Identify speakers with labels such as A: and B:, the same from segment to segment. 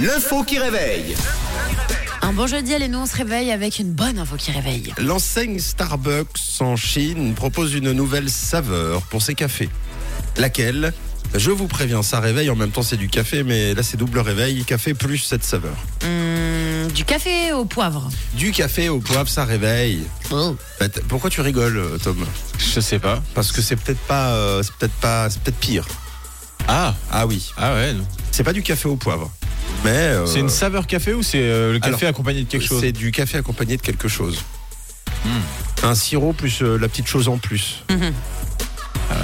A: L'info qui réveille.
B: Un bon jeudi, allez, nous on se réveille avec une bonne info qui réveille.
A: L'enseigne Starbucks en Chine propose une nouvelle saveur pour ses cafés. Laquelle Je vous préviens, ça réveille. En même temps, c'est du café, mais là, c'est double réveil. Café plus cette saveur.
B: Hum, du café au poivre.
A: Du café au poivre, ça réveille. Bah, t- Pourquoi tu rigoles, Tom
C: Je sais pas.
A: Parce que c'est peut-être pas, euh, c'est peut-être pas, c'est peut-être pire.
C: Ah,
A: Ah oui,
C: ah ouais. non.
A: c'est pas du café au poivre, mais euh,
C: C'est une saveur café ou c'est euh, le café
A: Alors,
C: accompagné de quelque chose Hmm.
A: C'est du café accompagné de quelque chose. Un sirop plus euh, la petite chose en plus.
C: Mhm.
A: Euh,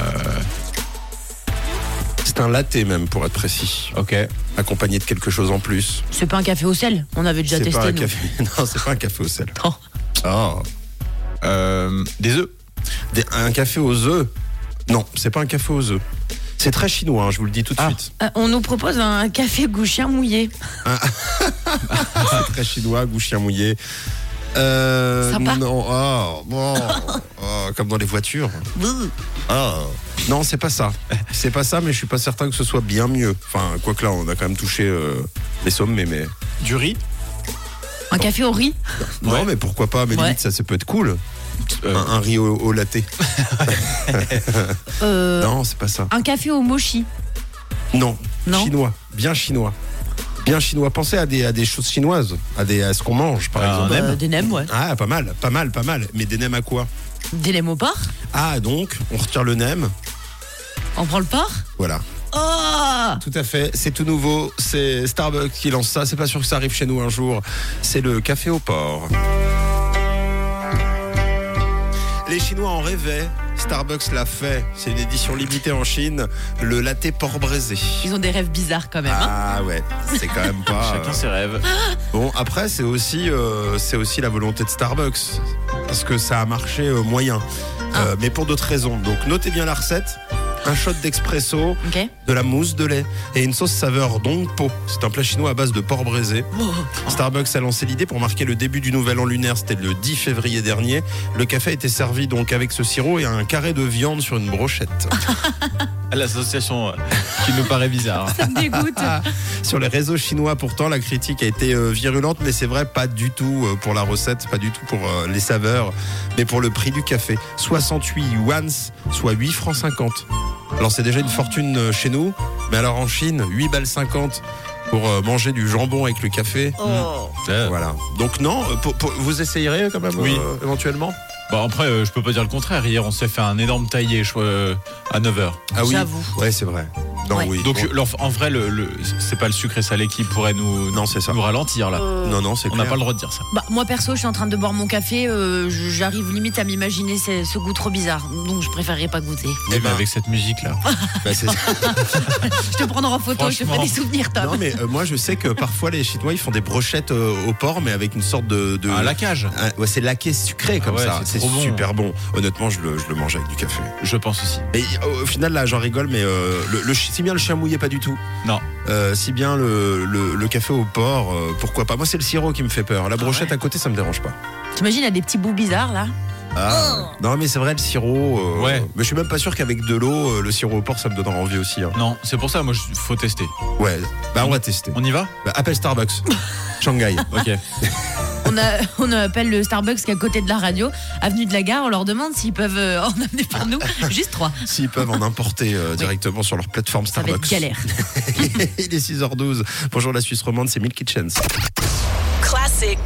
A: C'est un latte même pour être précis,
C: Ok.
A: accompagné de quelque chose en plus.
B: C'est pas un café au sel, on avait déjà
A: C'est
B: testé.
A: pas un
B: nous.
A: café. Non, c'est pas un café au sel.
B: Oh.
A: Oh.
C: Euh, des œufs.
A: Des- un café aux œufs. Non, c'est pas un café aux œufs. C'est très chinois, hein, je vous le dis tout de
C: Ah.
A: suite.
B: Euh, on nous propose un café goût chien mouillé.
A: C'est très chinois, goût chien mouillé. Euh,
B: Sympa.
A: Non, oh, bon. Oh, comme dans les voitures.
B: Bouh.
A: Ah. Non, c'est pas ça. C'est pas ça, mais je suis pas certain que ce soit bien mieux. Enfin, quoique là, on a quand même touché euh, les sommets, mais.
C: Du riz.
B: Un café au riz
A: Non, mais pourquoi pas Mais
B: Ouais.
A: limite, ça, ça peut être cool.
C: Euh,
A: Un, un riz au, au latte.
B: Euh,
A: Non, c'est pas ça.
B: Un café au mochi
A: Non.
B: Non.
A: Chinois. Bien chinois. Bien chinois. Pensez à des, à des choses chinoises, à, des, à ce qu'on mange, par
C: Ah,
A: exemple.
C: un Nem.
B: Euh, Des nems, ouais.
A: Ah, pas mal, pas mal, pas mal. Mais des nems à quoi
B: Des nems au porc
A: Ah, donc, on retire le nem.
B: On prend le porc
A: Voilà.
B: Oh
A: Tout à fait, c'est tout nouveau, c'est Starbucks qui lance ça, c'est pas sûr que ça arrive chez nous un jour, c'est le café au port. Les Chinois en rêvaient, Starbucks l'a fait, c'est une édition limitée en Chine, le latte port braisé.
B: Ils ont des rêves bizarres quand même. hein.
A: Ah ouais, c'est quand même pas... euh,
C: Chacun ses rêves.
A: Bon, après, c'est aussi, euh, c'est aussi la volonté de Starbucks. Parce que ça a marché euh, moyen. Euh, mais pour d'autres raisons. Donc, notez bien la recette. Un shot d'expresso,
B: Ok.
A: de la mousse, de lait et une sauce saveur Dongpo. C'est un plat chinois à base de porc braisé.
B: Oh,
A: Starbucks a lancé l'idée pour marquer le début du nouvel an lunaire. C'était le 10 février dernier. Le café a été servi donc avec ce sirop et un carré de viande sur une brochette.
C: L'association euh, qui nous paraît bizarre.
B: Ça me dégoûte.
A: Ah. Sur les réseaux chinois, pourtant, la critique a été euh, virulente, mais c'est vrai, pas du tout euh, pour la recette, pas du tout pour euh, les saveurs, mais pour le prix du café. 68 yuans, soit 8 francs 50. Alors, c'est déjà une fortune euh, chez nous, mais alors en Chine, 8 balles 50 pour euh, manger du jambon avec le café.
B: Oh.
C: Euh,
A: Voilà. Donc, non, euh, pour- pour- vous essayerez quand même
C: Oui.
A: euh, éventuellement
C: Bon après, euh, je peux pas dire le contraire. Hier, on s'est fait un énorme taillé je crois, euh, à 9h.
A: Ah oui.
B: J'avoue.
A: Ouais, c'est vrai. Non,
B: Ouais.
A: oui.
C: Donc
A: Bon,
C: l'enf- en vrai, le, le- c'est pas le sucré salé qui pourrait nous,
A: Non, c'est ça.
C: nous ralentir là.
A: Ah, non, non, c'est
C: On n'a
A: clair.
C: pas le droit de dire ça.
B: Bah, moi perso, je suis en train de boire mon café, euh, je- j'arrive limite à m'imaginer ce, ce goût trop bizarre, donc je préférerais pas goûter.
A: Eh
C: Et
A: ben,
C: avec cette musique là.
A: bah, c'est ça.
B: Je te prendrai en photo, je te fais
C: Franchement.
B: des souvenirs, Tom.
A: Non, mais euh, moi je sais que parfois les Chinois ils font des brochettes euh, au porc, mais avec une sorte de. de-
C: À la cage.
A: Ah, ouais, c'est laqué sucré comme
C: Ah ouais,
A: ça. C'est
C: c'est trop bon.
A: super bon. Honnêtement, je le, je le mange avec du café.
C: Je pense aussi.
A: Et euh, au final, là, j'en rigole, mais euh, le, le chi- si bien le chien mouillé, pas du tout.
C: Non.
A: Euh, si bien le, le- le café au porc, euh, pourquoi pas Moi, c'est le sirop qui me fait peur. La brochette
C: ouais.
A: à côté, ça me dérange pas.
B: T'imagines, il y a des petits bouts bizarres là Oh.
A: Ah, Non, mais c'est vrai, le sirop. euh,
C: Ouais.
A: Mais je suis même pas sûr qu'avec de l'eau, euh, le sirop au porc, ça me donnera envie aussi. hein.
C: Non, c'est pour ça. Moi, je- faut tester.
A: Ouais. Bah, on va tester.
C: On y va
A: Bah, appelle Starbucks. Shanghai.
C: Ok.
B: on, a, on appelle le Starbucks qui est à côté de la radio, avenue de la gare, on leur demande s'ils peuvent euh, en amener pour nous, juste trois.
A: S'ils peuvent en importer euh, directement sur leur plateforme
B: Ça va
A: Starbucks.
B: être galère.
A: Il est 6h12. Bonjour la Suisse romande, c'est Milk Kitchens.
D: Classic.